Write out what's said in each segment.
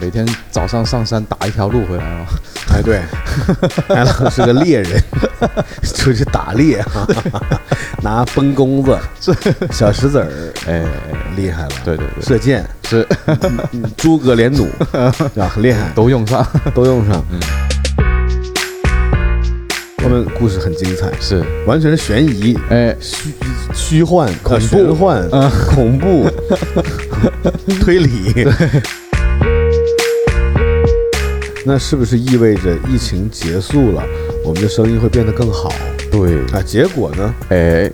每天早上上山打一条路回来哦，哎，对，艾老是个猎人，出去打猎，拿崩弓子、小石子儿，哎，哎厉害了。对对对射箭是诸葛连弩，是吧？很厉害，都用上，都用上。他们故事很精彩，是，完全是悬疑、哎，虚虚幻、恐怖玄幻、 恐怖、推理。那是不是意味着疫情结束了，我们的生意会变得更好对，啊？结果呢？哎，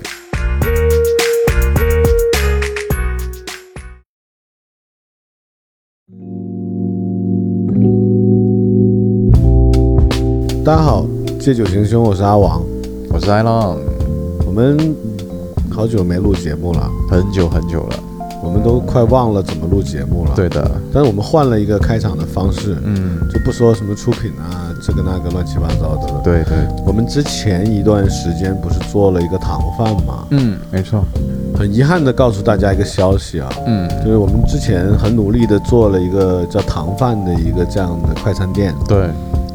大家好，借酒行凶，我是阿王。我是艾浪，我们好久没录节目了，很久很久了，我们都快忘了怎么录节目了。对，的，但是我们换了一个开场的方式，嗯，就不说什么出品啊，这个那个乱七八糟的了。对对，我们之前一段时间不是做了一个糖饭嘛？嗯，没错，很遗憾的告诉大家一个消息啊，嗯，就是我们之前很努力的做了一个叫糖饭的一个这样的快餐店，对，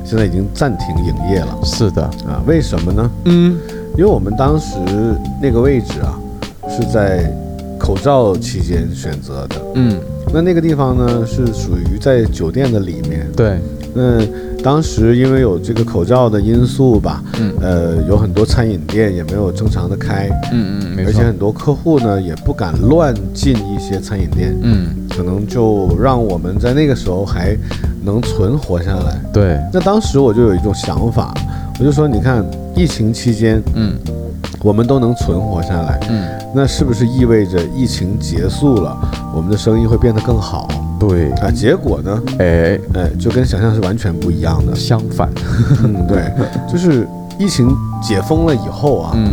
现在已经暂停营业了是的，啊？为什么呢？嗯，因为我们当时那个位置啊是在口罩期间选择的，嗯，那那个地方呢是属于在酒店的里面，对，那当时因为有这个口罩的因素吧，嗯呃，有很多餐饮店也没有正常的开，嗯嗯，没而错且，很多客户呢也不敢乱进一些餐饮店，嗯，可能就让我们在那个时候还能存活下来。对，那当时我就有一种想法，我就说，你看疫情期间嗯我们都能存活下来，嗯，那是不是意味着疫情结束了，我们的生意会变得更好对，啊？结果呢，哎，哎，就跟想象是完全不 一样的。相反，嗯，对，就是疫情解封了以后啊，嗯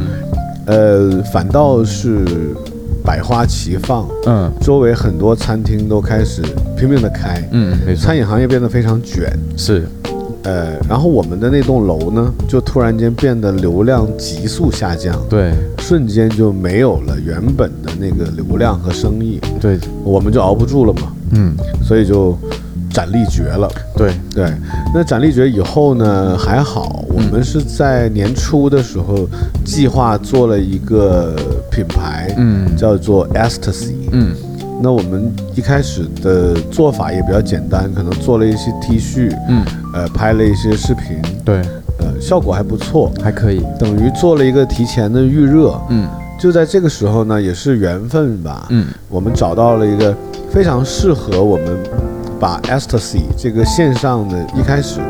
呃，反倒是百花齐放，嗯周围很多餐厅都开始拼命的开，嗯，没错，餐饮行业变得非常卷。是，呃，然后我们的那栋楼呢，就突然间变得流量急速下降，对瞬间就没有了原本的那个流量和生意，对，我们就熬不住了嘛，嗯所以就斩立决了。对，对，那斩立决以后呢，还好，我们是在年初的时候计划做了一个品牌，嗯叫做 Ecstasy。嗯那我们一开始的做法也比较简单，可能做了一些 T 恤，嗯，呃，拍了一些视频，对，呃，效果还不错，还可以，等于做了一个提前的预热。嗯就在这个时候呢，也是缘分吧，嗯我们找到了一个非常适合我们把 ecstasy 这个线上的一开始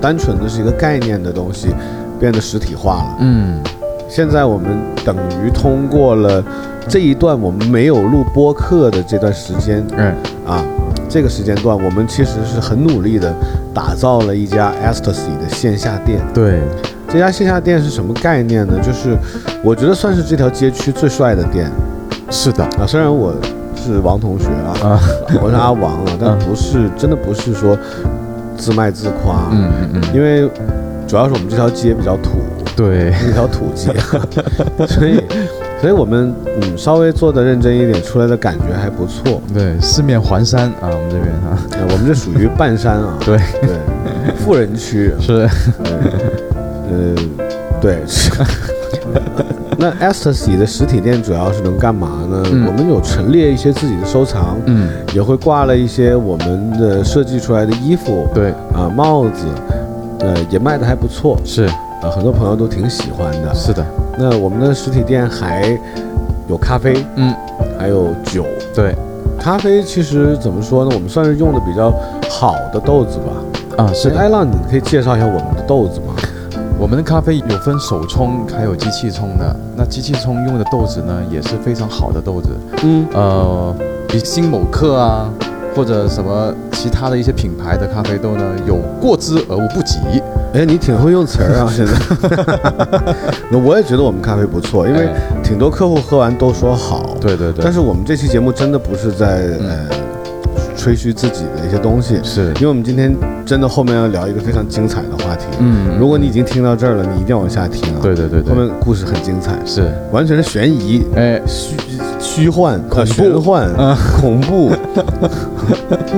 单纯的是一个概念的东西，变得实体化了。嗯，现在我们等于通过了这一段我们没有录播客的这段时间哎，啊，这个时间段我们其实是很努力的打造了一家 ecstasy 的线下店。对，这家线下店是什么概念呢？就是我觉得算是这条街区最帅的店。是的，啊，虽然我是王同学啊，啊我是阿王啊，但不是真的不是说自卖自夸，啊嗯嗯嗯，因为主要是我们这条街比较土，对，是一条土 街，所以所以我们嗯稍微做的认真一点，出来的感觉还不错。对，四面环山啊，我们这边啊，，呃我们这属于半山啊 对，对，富人 区，是，呃，对。 是那 Ecstasy 的实体店主要是能干嘛呢？嗯我们有陈列一些自己的收藏，嗯，也会挂了一些我们的设计出来的衣服，对，啊、帽子，呃，也卖的还不错，是呃，很多朋友都挺喜欢的。是的，那我们的实体店还有咖啡，嗯，还有酒。对，咖啡其实怎么说呢，我们算是用的比较好的豆子吧。啊是哎艾的，浪，你可以介绍一下我们的豆子吗？我们的咖啡有分手冲，还有机器冲的，那机器冲用的豆子呢，也是非常好的豆子，嗯，呃，比星某克啊，或者什么其他的一些品牌的咖啡豆呢，有过之而无不及。哎，你挺会用词儿啊，现在。那我也觉得我们咖啡不错，因为哎挺多客户喝完都说好。对对对，但是我们这期节目真的不是在、嗯呃吹嘘自己的一些东西。是因为我们今天真的后面要聊一个非常精彩的话题。嗯如果你已经听到这儿了，你一定要往下听啊。对对对后对，面故事很精彩，是完全是悬疑、哎，虚虚幻、恐怖啊呃玄幻、恐怖、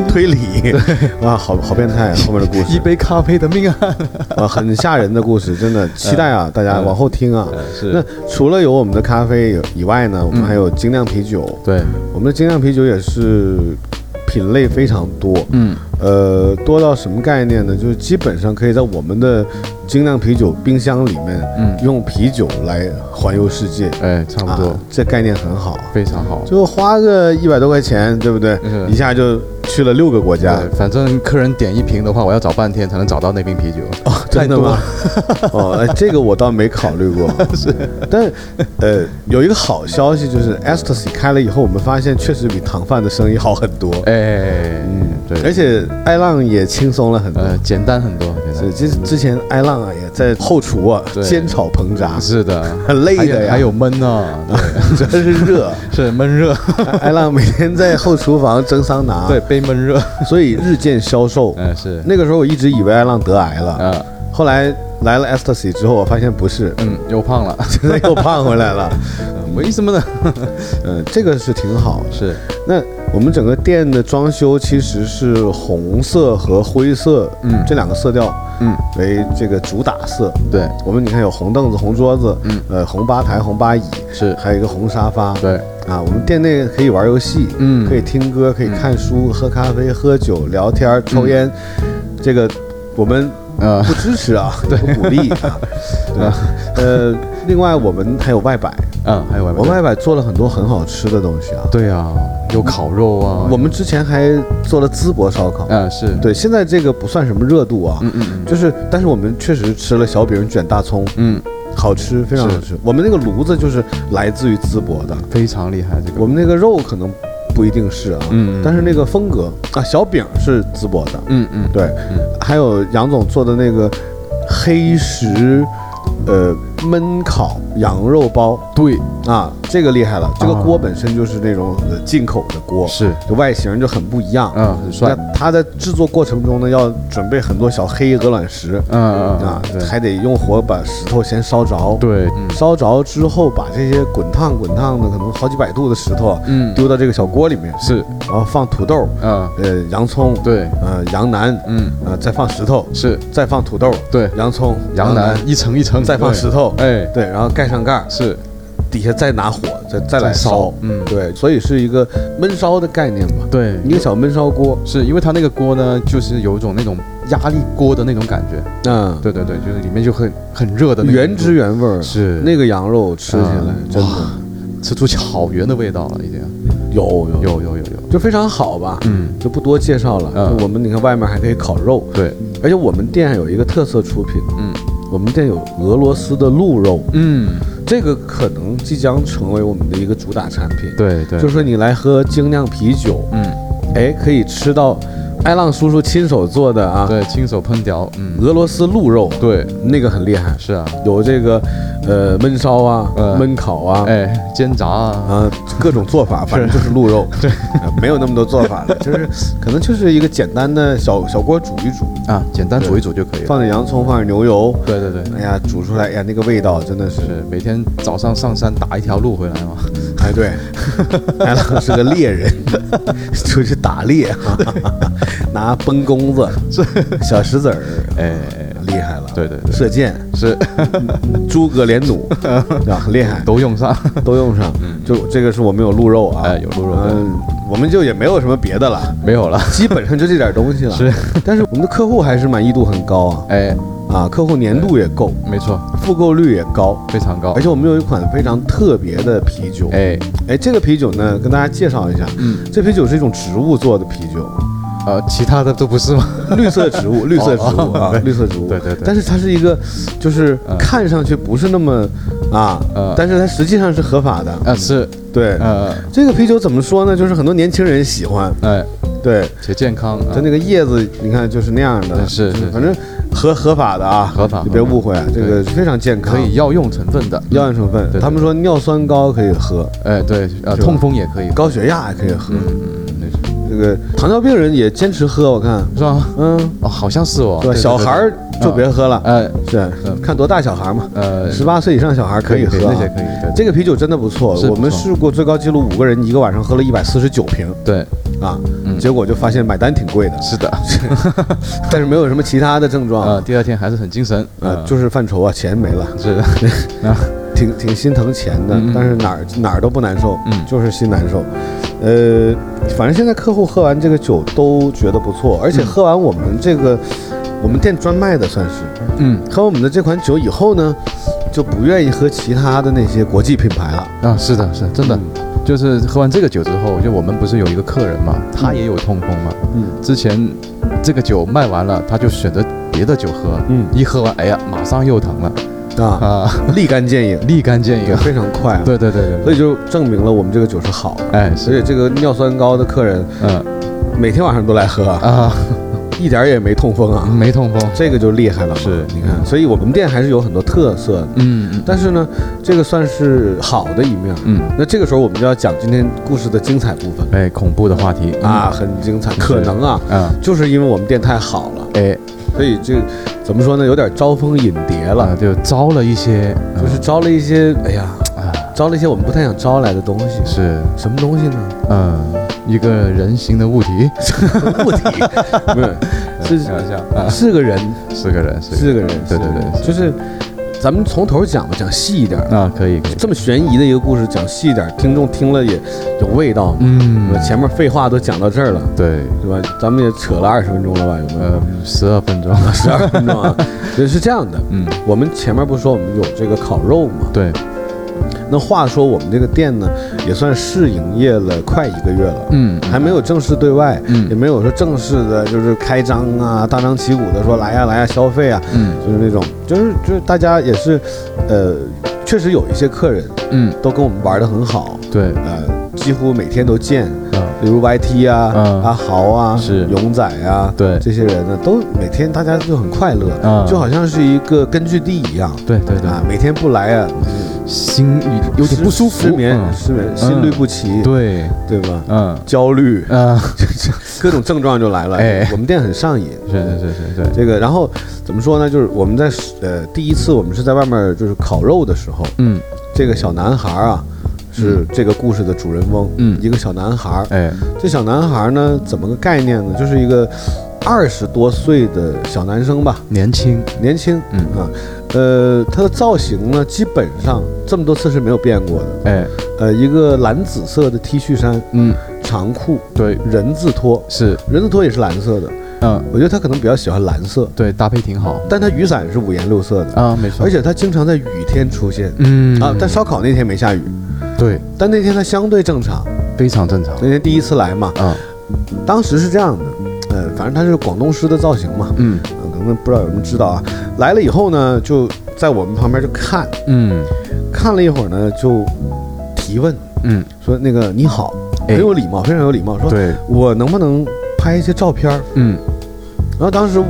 推理，哇，好好变 态啊！后面的故一事杯咖啡的命啊，啊，很吓人的故事，真嗯的期待啊！大家往后听啊。那是，除了有我们的咖啡以外呢，我们还有精酿啤酒。嗯对，我们的精酿啤酒也是品类非常多，嗯呃，多到什么概念呢？就是基本上可以在我们的精酿啤酒冰箱里面，嗯，用啤酒来环游世界，哎，差不多啊，，这概念很好。非常好。就花个一百多块钱，对不对？嗯一下就去了六个国家对，，反正客人点一瓶的话，我要找半天才能找到那瓶啤酒。哦，太 真的多吗？ 哦，哎这个我倒没考虑 过。是，但呃，有一个好消息就是 Ecstasy 开了以后，我们发现确实比糖贩的生意好很多，哎，嗯，对，而且爱浪也轻松了很多。呃，简单很多，简单是，之之前爱浪啊也在后厨啊嗯对煎炒烹 炸，是的，很累还有的呀，还有闷哦啊呢，对，主要 是 热。是闷热，爱浪每天在后厨房蒸桑拿，对，，被闷热，所以日渐消瘦。 嗯，是，那个时候我一直以为爱浪得癌了，啊，后来来了 Ecstasy 之后，我发现不是， 嗯，又胖了，现在又胖回来了。 为什么呢？嗯，这个是挺好的。是，那我们整个店的装修其实是红色和灰色，嗯这两个色调嗯，为这个主打色。对，我们你看有红凳子、红桌子，嗯，呃，红吧台、红吧椅，是，还有一个红沙发。对，啊，我们店内可以玩游戏，嗯可以听歌，可以嗯看书、喝咖啡、喝酒、聊天、抽烟。这个我们呃，不支 持啊，对，不鼓励啊。对啊，呃，另外我们还有外摆，嗯，还有外我们卖，外摆做了很多很好吃的东西啊。对啊，有烤肉啊，我们之前还做了淄博烧烤，嗯，是，对，现在这个不算什么热度啊，嗯嗯就是，但是我们确实吃了小饼卷大葱，嗯，好吃，非常是好吃。我们那个炉子就是来自于淄博的，非常厉害这个，我们那个肉可能不一定是啊，嗯嗯但是那个风格啊，小饼是淄博的，嗯嗯，对，还有杨总做的那个黑石，呃，焖烤羊肉包对，啊，这个厉害了，这个啊锅本身就是那种呃进口的锅，是，就外形就很不一样。嗯，很那帅，它在制作过程中呢，要准备很多小黑鹅卵石嗯嗯啊嗯，，对，还得用火把石头先烧着，对，嗯烧着之后把这些滚烫滚烫的，可能好几百度的石头啊嗯，丢到这个小锅里面，是，然后放土豆，嗯，呃，洋葱，对，呃，羊腩，嗯，呃，再放石头，是再放土豆，对，洋葱，羊腩一层一层再放石，头，对哎，对，然后盖上盖儿，是，底下再拿火，再再来再烧烧，嗯对，所以是一个焖烧的概念吧，对，一个小焖烧锅，是因为它那个锅呢，就是有一种那种压力锅的那种感觉，嗯，对对对，就是里面就很很热的那种原汁原味儿，是那个羊肉吃起来嗯真哇的吃出草原的味道了，已经有有，有有有有，就非常好吧，嗯，就不多介绍了。嗯就我们你看外面还可以烤肉，对，而且我们店有一个特色出品，嗯我们店有俄罗斯的鹿肉，嗯，这个可能即将成为我们的一个主打产品。对对，就是说你来喝精酿啤酒，嗯哎，可以吃到艾浪叔叔亲手做的啊，对，亲手烹调，嗯，俄罗斯鹿肉，对，那个很厉害，是啊，有这个呃焖烧啊、嗯焖烤啊。哎，煎炸啊，啊，各种 做法，反正就是鹿肉，对、没有那么多做法的，就是可能就是一个简单的小小锅煮一煮，啊，简单煮一煮就可以了，放点洋葱，放点牛油，对对对。哎呀，煮出来，哎呀，那个味道真的是，是每天早上上山打一条路回 来嘛？哎， 对，艾浪是个猎人， 出去打猎， 哈哈哈拿崩 弓子、小石子儿，哎，哎厉害了，对对对射箭、是诸葛 连弩，啊，很厉害，都用上， 都用上。就这个是我们有鹿肉啊，嗯哎有鹿肉对嗯，我们就也没有什么别的 了，没有了。基本上就这点东西了。是，但是我们的客户还是满意度很高啊，哎，啊，客户粘度也够，没错，复购率也高，非常高而。且我们有一款非常特别的啤酒，哎，哎，这个啤酒呢，跟大家介绍一下，嗯，这啤酒是一种植物做的啤酒，呃，其他的都不是吗？ 绿色植物，绿色植物哦啊对，绿色植物。对对对但是它是一个，就是嗯看上去不是那么啊嗯，但是它实际上是合法的。啊，是，对，呃，这个啤酒怎么说呢？就是很多年轻人喜欢。哎，对，且健康，啊它那个叶子，你看就是那样的，是是反正合合法的啊，合法你别误会啊，这个非常健康，可以药用成分的，药用成分。对对他们说尿酸高可以喝，哎，对，呃，是吧痛风也可以，高血压也可以喝。嗯嗯嗯，那是这个糖尿病人也坚持喝，我看，是吧？嗯，哦，好像是哦。对吧，对小孩，儿就别喝了，对对是嗯看多大小孩嘛，呃呃，十八岁以上小孩可以喝那啊。些可以，对这个啤酒真的不错，是不错我们试过最高记录五个人一个晚上喝了一百四十九瓶对，啊，嗯结果就发现买单挺贵的，是的，但是没有什么其他的症状呃，啊，第二天还是很精神，呃，呃，就是犯愁啊，钱没了， 是的，挺挺心疼钱的嗯嗯，但是哪儿哪儿都不难受，嗯就是心难受。呃，反正现在客户喝完这个酒都觉得不错，而且嗯喝完我们这个我们店专卖的算是，嗯喝完我们的这款酒以后呢，就不愿意喝其他的那些国际品牌了。啊，是的，是的真的，嗯就是喝完这个酒之后，就我们不是有一个客人嘛，他也有痛风嘛，嗯之前这个酒卖完了，他就选择别的酒喝，嗯一喝完，哎呀，马上又疼了啊， 啊，立竿见影，立竿见也影，非常快啊。，对对对对所对，以就证明了我们这个酒是好的。哎，而是，且这个尿酸高的客人嗯每天晚上都来喝啊，啊，一点儿也没痛风啊，没痛风，这个就厉害了嘛。是你看，所以我们店还是有很多特色的。嗯嗯但是呢，这个算是好的一面。嗯，那这个时候我们就要讲今天故事的精彩部分哎，恐怖的话题啊，，很精彩。可能啊，嗯啊，就是因为我们店太好了，哎，所以这怎么说呢，有点招蜂引蝶了，啊就招了一些，嗯就是招了一些，哎呀，啊，招了一些我们不太想招来的东西。是，什么东西呢？嗯，一个人形的物体，物 体，不是，是开玩笑啊，是个人，四个人，四是个人，对对对是个人就是咱们从头讲吧，讲细一点。个，啊，可以可以，这么悬疑的一个故事，讲细一点，听众听了也有味道嘛。嗯我，前面废话都讲到这儿了，对，对吧？咱们也扯了二十分钟了吧？有没有？呃，十二分钟， 十二分钟啊？所以是这样的，嗯，我们前面不是说我们有这个烤肉嘛？对，那话说我们这个店呢，也算试营业了快一个月了，嗯，还没有正式对外，也嗯，没有说正式的就是开张啊、大张旗鼓的说来呀、来呀、消费啊，嗯就是那种，就是就是大家也是，呃，确实有一些客人嗯，都跟我们玩的很好，对，呃，几乎每天都见，啊，比如 YT 啊、嗯阿豪啊、是勇仔啊，对，这些人呢，都每天大家就很快乐，啊，就好像是一个根据地一样。对对对啊，，每天不来啊，心 有有点不舒服， 失眠、嗯失眠、心律不齐，啊对，对吧？嗯焦虑， 嗯，各种症状就来了。哎我们店很上瘾。是是是是，对，这个，然后怎么说呢？就是我们在呃第一次我们是在外面就是烤肉的时候，嗯这个小男孩啊是这个故事的主人翁，嗯，一个小男孩。哎，这小男孩呢，怎么个概念呢？就是一个二十多岁的小男生吧，年轻，年轻，嗯啊，呃，他的造型呢，基本上这么多次是没有变过的。哎，呃，一个蓝紫色的 T 恤衫，嗯，长裤，对，人字拖，是，人字拖也是蓝色的。嗯，我觉得他可能比较喜欢蓝色，对，搭配挺好，但他雨伞是五颜六色的，啊，没错，而，且他经常在雨天出现。嗯啊，但烧烤那天没下雨，对，但那天他相对正常。非常正常，那天第一次来嘛，啊，当时是这样的，呃，反正他是广东狮的造型嘛，嗯呃可能不知道有人知道啊。来了以后呢，就在我们旁边就看，嗯看了一会儿呢，就提问嗯，说那个你好，哎很有礼貌，非常有礼貌，说对，我能不能拍一些照片儿？嗯然后当时我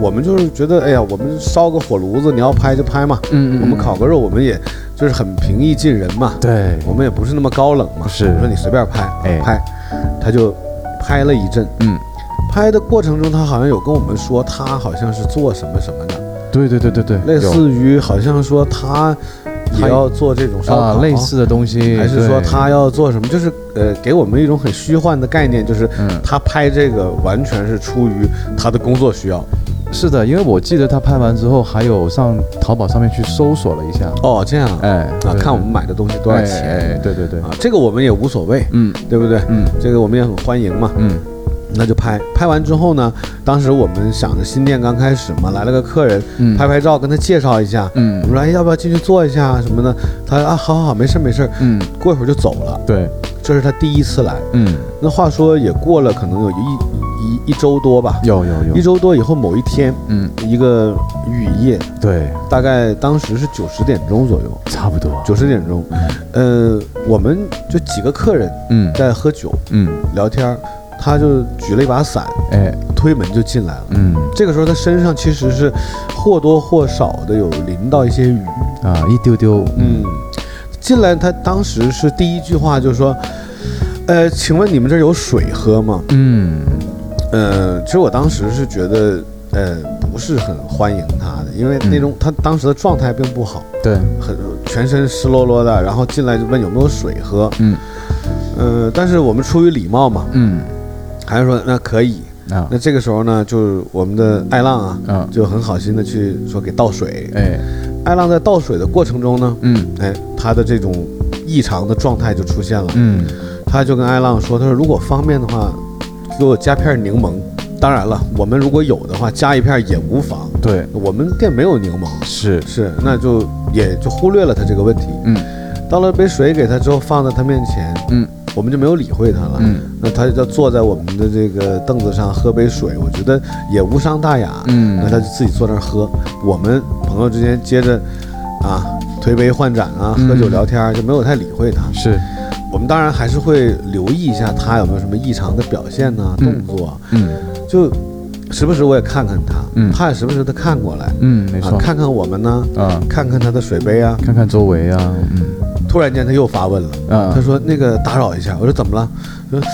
我们就是觉得，哎呀，我们烧个火炉子，你要拍就拍嘛，嗯，我们烤个肉，我们也就是很平易近人嘛，对，我们也不是那么高冷嘛，是我说你随便拍，哎拍，他就拍了一阵，嗯，拍的过程中，他好像有跟我们说，他好像是做什么什么的，对对对对对，类似于好像说他他也要做这种烧烤，啊，类似的东西，还是说他要做什么？就是呃，给我们一种很虚幻的概念，就是嗯，他拍这个完全是出于他的工作需要。是的，因为我记得他拍完之后，还有上淘宝上面去搜索了一下，哦，这样啊，哎，啊对看我们买的东西多少钱，对对对，啊，这个我们也无所谓，嗯对不对？嗯这个我们也很欢迎嘛，嗯那就拍。拍完之后呢，当时我们想着新店刚开始嘛，来了个客人，嗯，拍拍照，跟他介绍一下。我嗯们说，哎，要不要进去坐一下什么的？他说啊，好好好，没事没事。嗯，过一会儿就走了，对，这是他第一次来。嗯，那话说也过了可能有一一一周多吧，有有有一，周多以后某一天，嗯，一个雨夜，对，大概当时是九十点钟左右，差不多，九十点钟，呃，我们就几个客人嗯在喝酒嗯，聊天儿，他就举了一把伞，哎，推门就进来了。嗯这个时候他身上其实是或多或少的有淋到一些雨，啊，一丢丢，嗯，进来他当时是第一句话就说：“呃，请问你们这儿有水喝吗？嗯，呃，其实我当时是觉得，呃，不是很欢迎他的，因为那种、他当时的状态并不好，对，很全身湿漉漉的，然后进来就问有没有水喝，嗯呃，但是我们出于礼貌嘛，嗯还是说那可以。啊那这个时候呢，就是我们的艾浪啊，啊，就很好心的去说给倒水。哎，艾浪在倒水的过程中呢，嗯哎，他的这种异常的状态就出现了。嗯他就跟艾浪说：“他说如果方便的话，给我加片柠檬。当然了，我们如果有的话，加一片也无妨。对，我们店没有柠檬，是，是，那就也就忽略了他这个问题。嗯倒了杯水给他之后，放在他面前，嗯我们就没有理会他了。嗯那他就坐在我们的这个凳子上喝杯水，我觉得也无伤大雅。那他嗯，就自己坐那儿喝。我们朋友之间接着啊推杯换盏啊，喝酒嗯聊天儿，就没有太理会他。是，我们当然还是会留意一下他有没有什么异常的表现呐、嗯动作啊，嗯就时不时我也看看他，嗯他也时不时的看过来，嗯，没啊，错，看看我们呢，啊，看看他的水杯啊。看看周围啊，嗯突然间他又发问了，啊他，说：“那个打扰一下。”我说：“怎么了？”他说：“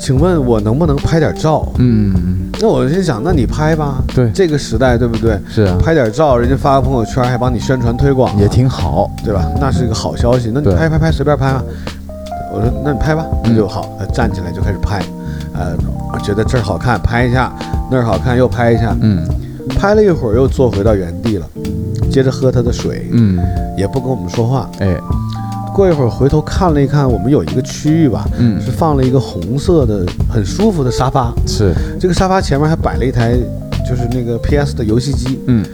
请问我能不能拍点照嗯，？”那我心想，那你拍吧，对，这个时代对不对？是啊，拍点照，人家发个朋友圈还帮你宣传推广啊、也挺好，对吧？那是一个好消息。那你对拍拍拍，随便拍吧。我说那你拍吧，嗯那就好。他站起来就开始拍，呃，觉得这儿好看，拍一下；那儿好看，又拍一下。嗯拍了一会儿，又坐回到原地了，接着喝他的水，嗯，也不跟我们说话。哎，过一会儿回头看了一看，我们有一个区域吧，嗯是放了一个红色的很舒服的沙发。是，这个沙发前面还摆了一台就是那个 PS 的游戏机。嗯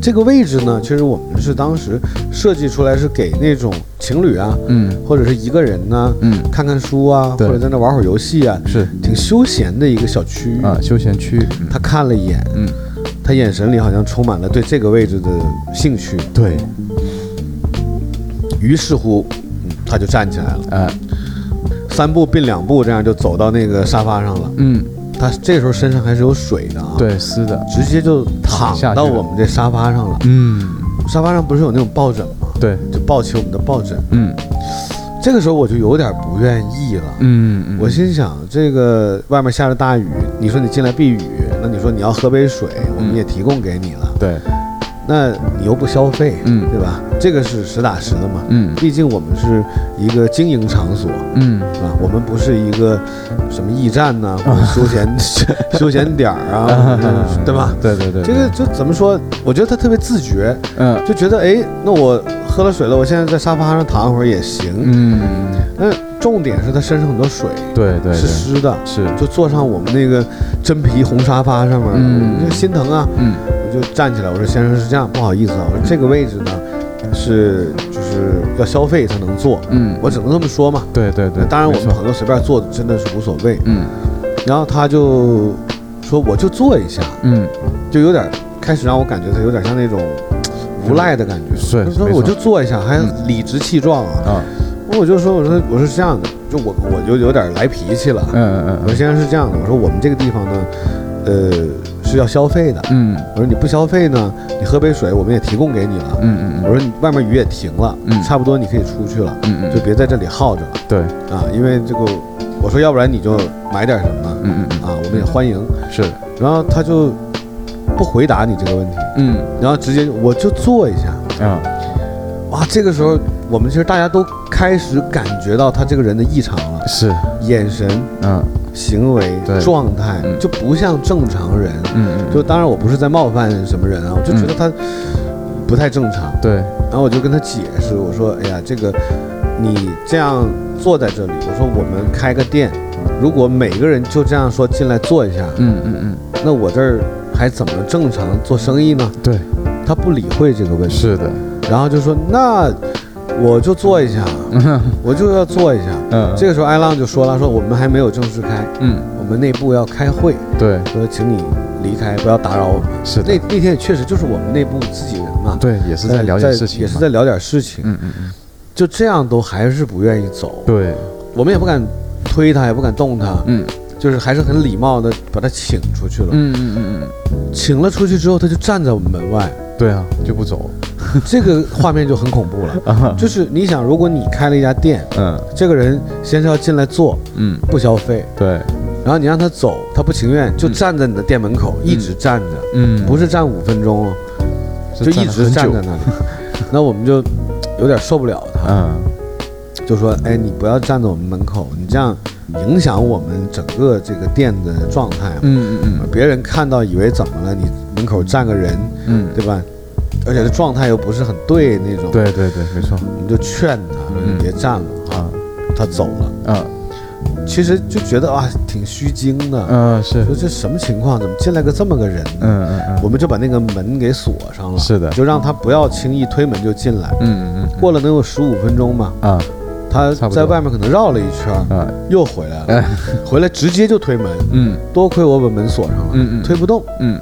这个位置呢，其实我们是当时设计出来是给那种情侣啊，嗯或者是一个人呢，嗯，看看书啊，或对者在那玩会儿游戏啊，是挺休闲的一个小区域。啊，休闲区，嗯他看了一眼，嗯，他眼神里好像充满了对这个位置的兴趣，对，于是乎，嗯，他就站起来了，啊，三步并两步，这样就走到那个沙发上了。嗯，他这时候身上还是有水的啊，，对，是的，直接就躺下去到了我们这沙发上了。嗯，沙发上不是有那种抱枕吗？对，就抱起我们的抱枕。嗯这个时候我就有点不愿意了。嗯嗯，我心想，这个外面下着大雨，你说你进来避雨，那你说你要喝杯水，我们也提供给你了，对，那你又不消费，嗯对吧？这个是实打实的嘛。嗯毕竟我们是一个经营场所嗯，啊，我们不是一个什么驿站啊呐、或者 休闲休闲点儿啊，对吧？？对对对，这个就怎么说？我觉得他特别自觉，嗯就觉得哎，那我喝了水了，我现在在沙发上躺一会儿也行。嗯，那重点是他身上很多水，对对对，是湿的，是，就坐上我们那个真皮红沙发上面，嗯我就心疼啊，嗯我就站起来，我说先生是这样，不好意思啊，我说这个位置呢是就是要消费才能坐，嗯，我只能这么说嘛。对对对，当然我没们错朋友随便坐真的是无所谓。嗯然后他就说我就坐一下，嗯，就有点开始让我感觉他有点像那种无赖的感觉。嗯是他说没错我就坐一下，还嗯理直气壮啊。啊，我就说我说我是这样的，就我我就有点来脾气了。嗯我嗯说先生是这样的，我说我们这个地方呢，呃，是要消费的。嗯我说你不消费呢，你喝杯水我们也提供给你了。嗯嗯我说你外面雨也停了，嗯差不多你可以出去了，嗯嗯就别在这里耗着了对，啊，因为这个，我说要不然你就买点什么嗯嗯啊，我们也欢迎。嗯，是，然后他就不回答你这个问题，嗯然后直接我就坐一下。啊，哇，这个时候我们其实大家都开始感觉到他这个人的异常了，是，眼神、嗯行为对、状态嗯就不像正常人。嗯就当然我不是在冒犯什么人啊，我就觉得他不太正常。对，然后我就跟他解释，我说：“哎呀，这个你这样坐在这里，我说我们开个店，如果每个人就这样说进来坐一下，嗯嗯那我这儿还怎么正常做生意呢嗯，对，？”他不理会这个问题，是的，然后就说：“那我就坐一下，我就要坐一下。”嗯这个时候，艾浪就说了：“说我们还没有正式开，嗯我们内部要开会，对，说请你离开，不要打扰我们。”是那的，那天也确实就是我们内部自己人嘛，对，也是在聊点事情，也是在聊点事情。嗯嗯嗯，就这样都还是不愿意走，对，我们也不敢推他，也不敢动他，嗯就是还是很礼貌的把他请出去了。嗯嗯嗯嗯， 请了出去之后，他就站在我们门外，对啊，就不走，这个画面就很恐怖了。就是你想，如果你开了一家店，啊嗯这个人先是要进来坐，嗯，不消费，对，然后你让他走，他不情愿，就站在你的店门口一直站着，嗯不是站五分钟哦，就一直站在着，那里。 那我们就有点受不了他，嗯就说：“哎，你不要站在我们门口，你这样影响我们整个这个店的状态嘛。嗯嗯别人看到以为怎么了？你门口站个人，嗯嗯，对吧？而且这状态又不是很对那种。，对对对，没错，我们就劝他说：嗯你别站了啊啊。”他走了，嗯其实就觉得啊，挺虚惊的，嗯是，说这什么情况？怎么进来个这么个人呢？嗯嗯嗯，我们就把那个门给锁上了，是的就让他不要轻易推门就进来。嗯嗯过了能有十五分钟吧，嗯啊他差不多在外面可能绕了一圈儿，啊又回来了，哎回来直接就推门，嗯多亏我把门锁上了，嗯嗯推不动，嗯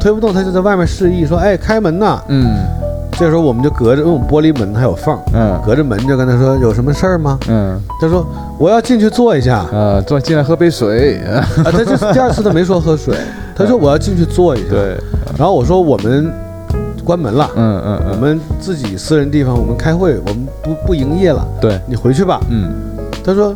推不动，他就在外面示意说：“哎，开门呐！”嗯这时候我们就隔着，因为我们玻璃门还有缝儿，嗯隔着门就跟他说：“有什么事儿吗嗯？”他说：“我要进去坐一下。”呃，坐进来喝杯水，啊，他就第二次他没说 喝水，他说我要进去坐一下。，对，然后我说我们关门了，嗯嗯我嗯，们自己私人地方，我们开会，我们不不营业了，对，你回去吧。嗯他说，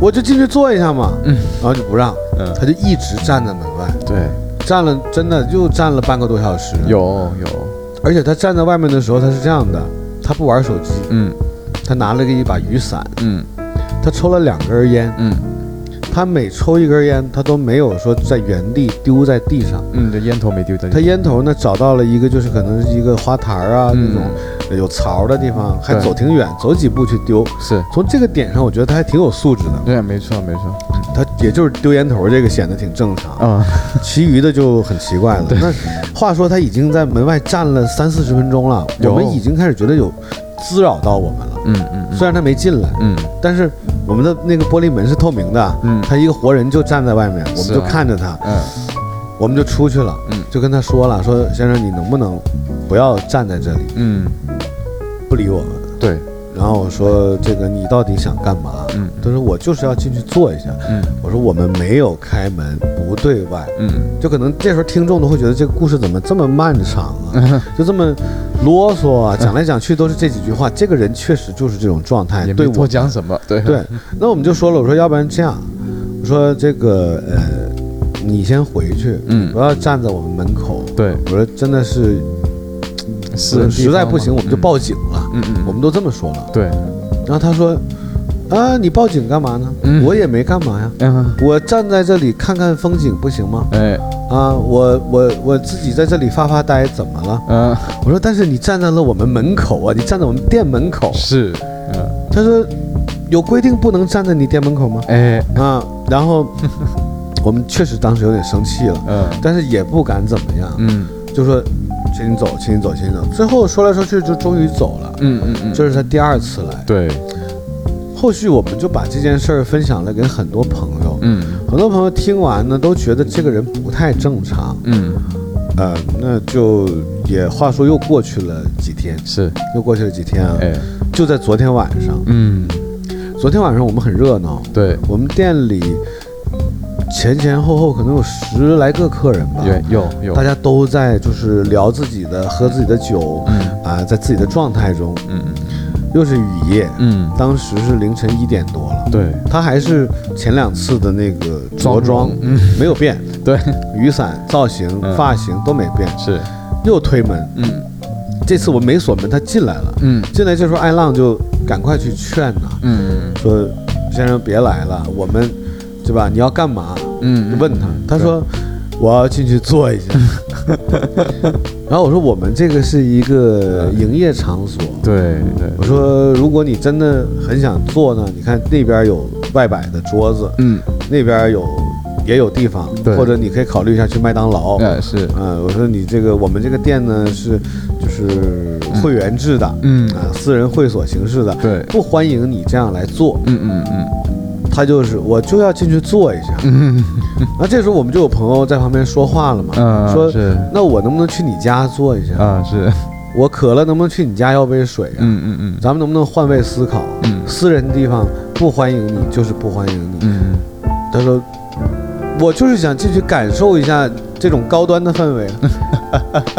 我就进去坐一下嘛，嗯然后就不让，嗯，他就一直站在门外，对，站了真的又站了半个多小时。，有有，而且他站在外面的时候，他是这样的，他不玩手机，嗯他拿了个一把雨伞，嗯他抽了两根烟，嗯他每抽一根烟，他都没有说在原地丢在地上。嗯，这烟头没丢在他烟头呢找到了一个，就是可能是一个花坛儿啊、那种有槽儿的地方，还嗯对走挺远，走几步去丢。是，从这个点上，我觉得他还挺有素质的。对，没错没错，他也就是丢烟头这个显得挺正常，啊，其余的就很奇怪了。那话说他已经在门外站了三四十分钟了，有我们已经开始觉得有滋扰到我们了。嗯嗯虽然他没进来，嗯但是我们的那个玻璃门是透明的，嗯他一个活人就站在外面，我们是啊就看着他，嗯我们就出去了，嗯就跟他说了，说先生你能不能不要站在这里，嗯，不理我们。对，然后我说这个你到底想干嘛？嗯他说我就是要进去坐一下。嗯我说我们没有开门，不对外。嗯就可能这时候听众都会觉得这个故事怎么这么漫长嗯啊，就这么啰嗦啊，讲来讲去都是这几句话。这个人确实就是这种状态，也对没多我讲什么，对 对。那我们就说了，我说要不然这样，我说这个呃，你先回去，嗯不要站在我们门口。对，我说真的是，嗯是实在不行我们就，报警了。嗯嗯，我们都这么说了。对，然后他说，啊，你报警干嘛呢？嗯我也没干嘛呀。嗯我站在这里看看风景不行吗？哎啊，我我我自己在这里发发呆，怎么了？嗯我说，但是你站在了我们门口啊，你站在我们店门口。是，嗯他说，有规定不能站在你店门口吗？哎啊，然后我们确实当时有点生气了，嗯但是也不敢怎么样，嗯就说，请你走，请你走，请你走。最后说来说去就终于走了，嗯嗯嗯，这是他第二次来。对，后续我们就把这件事儿分享了给很多朋友，嗯很多朋友听完呢都觉得这个人不太正常，嗯呃，那就也话说又过去了几天，是，又过去了几天啊，哎就在昨天晚上，嗯昨天晚上我们很热闹，对，我们店里前前后后可能有十来个客人吧，有有有大，家都在就是聊自己的，喝自己的酒，嗯啊、在自己的状态中，嗯又是雨夜，嗯当时是凌晨一点多了，对，他还是前两次的那个着装容，嗯没有变，对雨伞、造型、嗯发型都没变，是，又推门。嗯这次我没锁门，他进来了。嗯进来这时候，艾浪就赶快去劝呐、嗯说：“先生别来了，我们，对吧？你要干嘛？”嗯问他，他说：“我要进去 坐一下。”然后我说：“我们这个是一个营业场所。”对对，我说：“如果你真的很想坐呢，你看那边有外摆的桌子，嗯那边有也有地方，对或者你可以考虑一下去麦当劳。哎是，嗯，我说你这个我们这个店呢是就是会员制的，嗯啊，私人会所形式的，对不欢迎你这样来做。嗯嗯嗯他就是我就要进去坐一下。嗯那这时候我们就有朋友在旁边说话了嘛，嗯，说是。那我能不能去你家坐一下？啊，是，我渴了，能不能去你家要杯水啊？嗯嗯咱们能不能换位思考？嗯私人地方不欢迎你就是不欢迎你。嗯他说，我就是想进去感受一下这种高端的 氛围，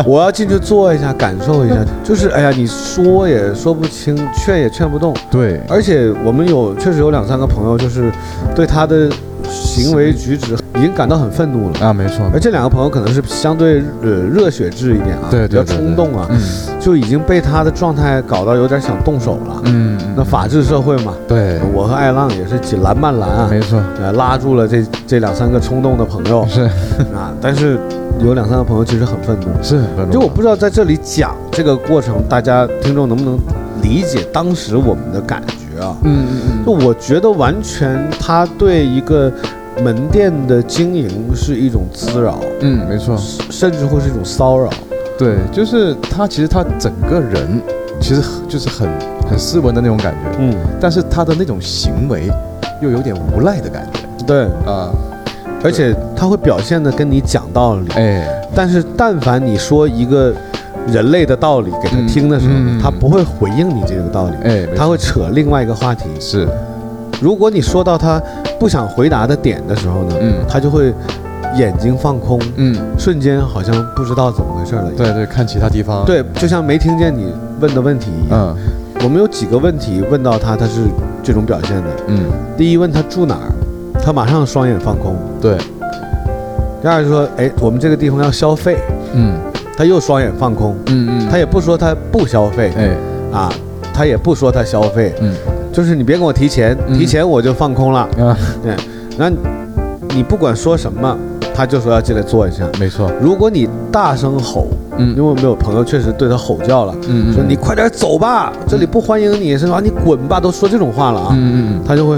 我要进去坐一下，感受一下。就是哎呀，你说也说不清，劝也劝不动。对，而且我们有确实有两三个朋友，就是对他的行为举止已经感到很愤怒了。啊，没错，而这两个朋友可能是相对呃热血质一点啊，对对对，比较冲动啊，对，就已经被他的状态搞到有点想动手了。嗯嗯，那法治社会嘛，对，我和艾浪也是紧拦慢拦啊，没错，呃拉住了这这两三个冲动的朋 友是啊，但是有两三个朋友其实很愤怒。是，就我不知道在这里讲这个过程，大家听众能不能理解当时我们的感觉啊？嗯嗯就我觉得完全他对一个门店的经营是一种滋扰，嗯嗯，没错，甚甚至会是一种骚扰。对，就是他其实他整个人其实就是很很斯文的那种感觉，嗯，但是他的那种行为又有点无赖的感觉对，啊，而且他会表现的跟你讲道理，哎，但是但凡你说一个人类的道理给他听的时候，嗯嗯他不会回应你这个道理，哎，没他错会扯另外一个话题。是，如果你说到他不想回答的点的时候呢，嗯他就会眼睛放空，嗯，瞬间好像不知道怎么回事了。对对，看其他地方，，对，就像没听见你问的问题一嗯样。我们有几个问题问到他，他是这种表现的。嗯，第一，问他住哪儿，他马上双眼放空。对，第二说，哎，我们这个地方要消费，嗯他又双眼放空，嗯嗯，他也不说他不消费哎，啊，他也不说他消费，嗯就是你别跟我提钱，嗯提钱我就放空了。啊，那你你不管说什么，他就说要进来坐一下。没错，如果你大声吼，因嗯为我们有朋友确实对他吼叫了，嗯说你，快点走吧，这里不欢迎你，是吧？你滚吧，都说这种话了啊，嗯嗯他就会，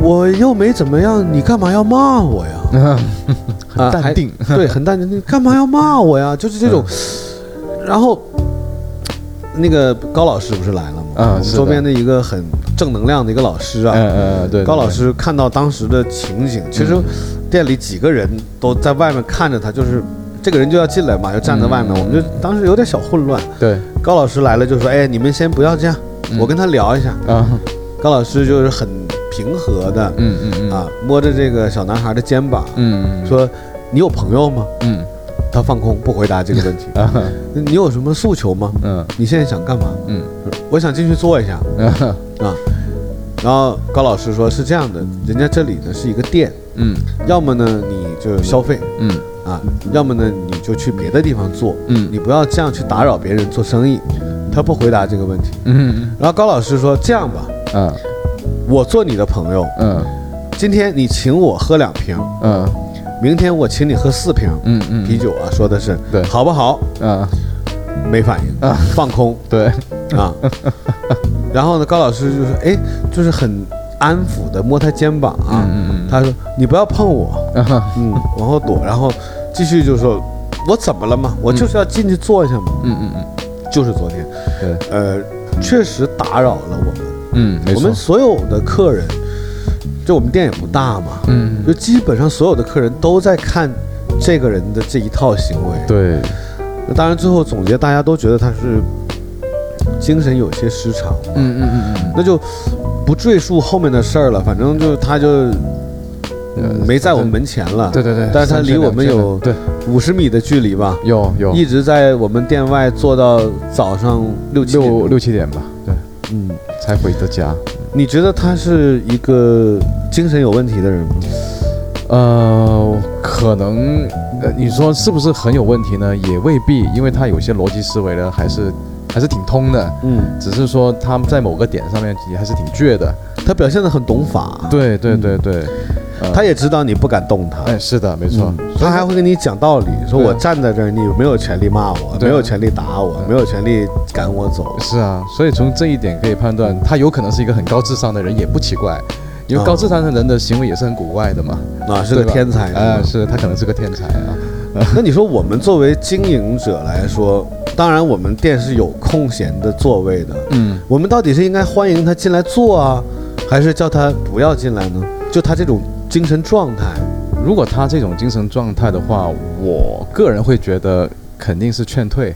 我又没怎么样，你干嘛要骂我 呀？嗯，啊淡，定，还对，很淡定，你干嘛要骂我呀？就是这种，嗯 然后。那个高老师不是来了吗？嗯我们是的周边的一个很正能量的一个老师啊，嗯嗯嗯对，高老对，嗯师看到当时的情景，其实店里几个人都在外面看着他，就是这个人就要进来嘛，就站在外面，嗯我们就当时有点小混乱。对，高老师来了就说：“哎，你们先不要这样，嗯我跟他聊一下。啊，”高老师就是很平和的嗯嗯嗯，啊，摸着这个小男孩的肩膀嗯，嗯，说：“你有朋友吗嗯？”。他放空不回答这个问题啊，你有什么诉求吗？嗯你现在想干嘛？嗯，我想进去坐一下啊啊。然后高老师说：“是这样的，人家这里呢是一个店。”嗯要么呢你就消费嗯啊，要么呢你就去别的地方做，嗯你不要这样去打扰别人做生意。他不回答这个问题。嗯然后高老师说：“这样吧，嗯啊我做你的朋友，嗯今天你请我喝两瓶，嗯明天我请你喝四瓶嗯嗯，啤酒啊。”说的是对好不好？啊，没反应啊，放空对，啊。 然后呢，高老师就说：“哎，就是很安抚的摸他肩膀啊。嗯嗯他说：“你不要碰我。”嗯啊嗯，往后躲，然后继续就说，我怎么了嘛？我就是要进去坐一下嘛。嗯嗯嗯，就是昨天，对，呃，确实打扰了我们，嗯，没我错们，所有的客人，就我们店也不大嘛，嗯，就基本上所有的客人都在看这个人的这一套行为。对，那当然，最后总结，大家都觉得他是精神有些失常，嗯嗯嗯那就不赘述后面的事儿了，反正就他就。嗯，没在我们门前了，呃对对对，但是他离我们有对五十米的距离吧，有有一直在我们店外坐到早上六七点钟六六七点吧，对，嗯，才回的家。你觉得他是一个精神有问题的人吗？呃，可能呃，你说是不是很有问题呢？也未必，因为他有些逻辑思维呢，还是还是挺通的，嗯，只是说他在某个点上面也还是挺倔的。他表现得很懂法，，对对对对，呃他也知道你不敢动他，哎是的，没错嗯，他还会跟你讲道理，说对啊我站在这儿，你没有权利骂我，没对啊有权利打我，没有权利赶我走。是啊，所以从这一点可以判断，他有可能是一个很高智商的人，也不奇怪，因为啊高智商的人的行为也是很古怪的嘛。啊，是个对吧天才哦啊，啊！是他可能是个天才啊。 那你说我们作为经营者来说，当然我们店是有空闲的座位的，嗯，我们到底是应该欢迎他进来坐啊，还是叫他不要进来呢？就他这种精神状态，如果他这种精神状态的话，我个人会觉得肯定是劝退。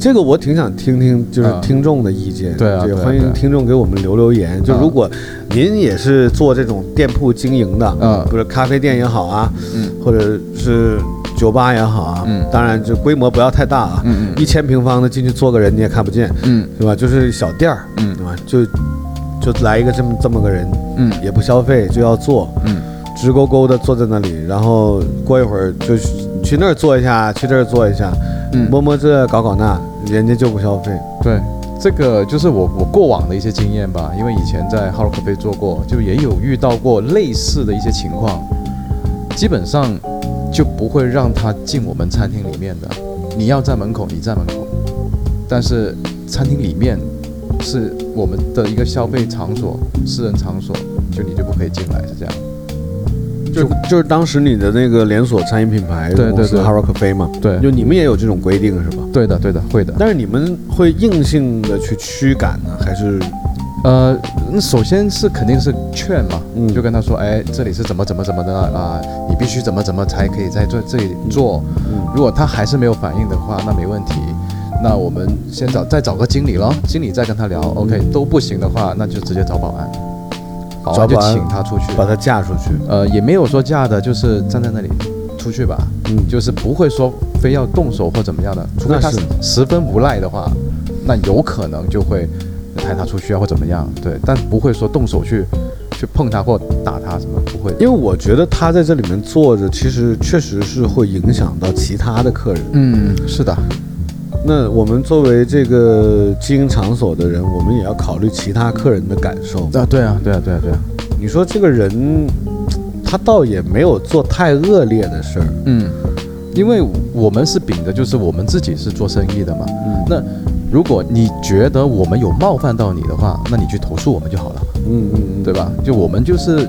这个我挺想听听，就是啊听众的意见。对啊也对啊欢对迎啊听众给我们留留言。就啊如果您也是做这种店铺经营的，嗯不是咖啡店也好啊，嗯或者是酒吧也好啊，嗯当然这规模不要太大啊，嗯嗯一千平方的进去坐个人你也看不见，嗯是吧？就是小店儿，嗯对吧？就就来一个这么这么个人，嗯也不消费就要做，嗯直勾勾的坐在那里，然后过一会儿就去去那儿坐一下，去这儿坐一下，嗯，摸摸这搞搞那，人家就不消费。对，这个就是我我过往的一些经验吧，因为以前在哈罗咖啡做过，就也有遇到过类似的一些情况，基本上就不会让他进我们餐厅里面的。你要在门口，你在门口，但是餐厅里面是我们的一个消费场所，私人场所，就你就不可以进来，是这样。就就是当时你的那个连锁餐饮品牌对对公司对 h a r o Cafe 嘛，对就你们也有这种规定是吧？对的，对的，会的。但是你们会硬性的去驱赶呢，还是呃，那首先是肯定是劝嘛，嗯就跟他说，哎，这里是怎么怎么怎么的啊、你必须怎么怎么才可以在这这里做。嗯如果他还是没有反应的话，那没问题。那我们先找再找个经理咯，经理再跟他聊。OK，都不行的话，那就直接找保安，保找安就保安请他出去。把它架出去？呃，也没有说架的，就是站在那里，出去吧，嗯就是不会说非要动手或怎么样的，除非那他是十分无赖的话，那有可能就会抬他出去啊或怎么样，对，但不会说动手去去碰他或打他什么，不会。因为我觉得他在这里面坐着，其实确实是会影响到其他的客人。嗯，是的，那我们作为这个经营场所的人，我们也要考虑其他客人的感受。啊，对啊，对啊，对啊，对啊，你说这个人，他倒也没有做太恶劣的事儿，嗯，因为我们是秉着就是我们自己是做生意的嘛，嗯那如果你觉得我们有冒犯到你的话，那你去投诉我们就好了。嗯嗯嗯，对吧？就我们就是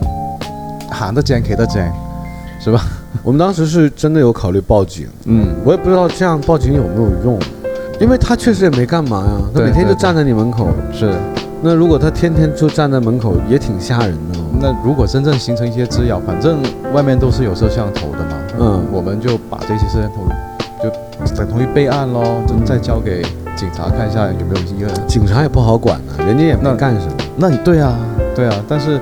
喊的尖，给的尖，是吧？我们当时是真的有考虑报警，嗯，我也不知道这样报警有没有用，因为他确实也没干嘛呀，他对每天就对对站在你门口。是。那如果他天天就站在门口，也挺吓人的哦。那如果真正形成一些滋扰，反正外面都是有摄像头的嘛，嗯我们就把这些摄像头就等同于备案咯，就再交给警察看一下有没有疑问。警察也不好管呢、人家也没那干什么。那你对啊，对啊，但是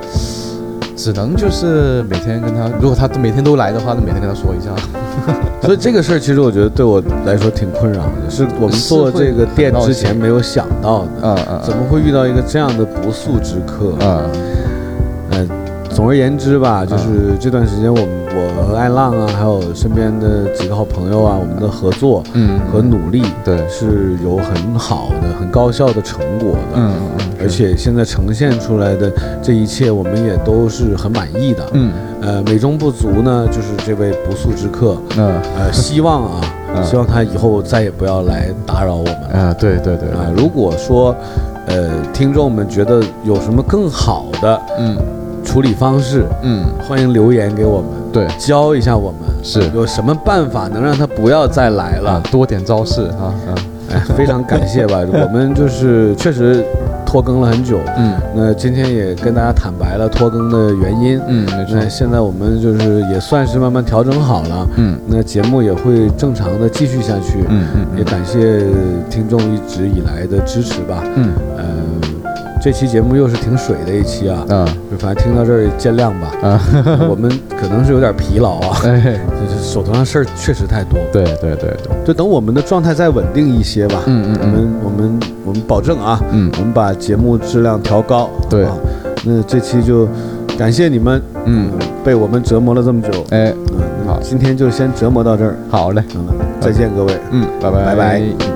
只能就是每天跟他，如果他每天都来的话，那每天跟他说一下。所以这个事儿其实我觉得对我来说挺困扰的，是我们做这个店之前没有想到的，嗯嗯怎么会遇到一个这样的不速之客？嗯嗯，总而言之吧，就是这段时间我们我和爱浪啊，还有身边的几个好朋友啊，我们的合作嗯和努力对，是有很好的、很高效的成果的，嗯嗯，而且现在呈现出来的这一切，我们也都是很满意的。嗯呃，美中不足呢，就是这位不速之客，那 呃，希望啊，嗯希望他以后再也不要来打扰我们了。啊对对对，啊，如果说，呃，听众们觉得有什么更好的嗯处理方式，嗯。欢迎留言给我们，对，教一下我们，是有什么办法能让他不要再来啊了？，多点招式啊啊，哎，非常感谢 吧，我们就是确实拖更了很久，嗯那今天也跟大家坦白了拖更的原因。嗯，没那错，现在我们就是也算是慢慢调整好了，嗯那节目也会正常的继续下去。嗯嗯也感谢听众一直以来的支持吧。嗯呃，这期节目又是挺水的一期啊，嗯就反正听到这儿见谅吧。啊啊， 我们可能是有点疲劳啊， 哎，就是手头上事儿确实太多。对对对对，就等我们的状态再稳定一些吧。嗯我们我们我们保证啊，嗯我们把节目质量调高。对啊，那这期就感谢你们，嗯，呃被我们折磨了这么久。哎，嗯，那好今天就先折磨到这儿，好嘞，嗯，再见各位。嗯，拜拜拜拜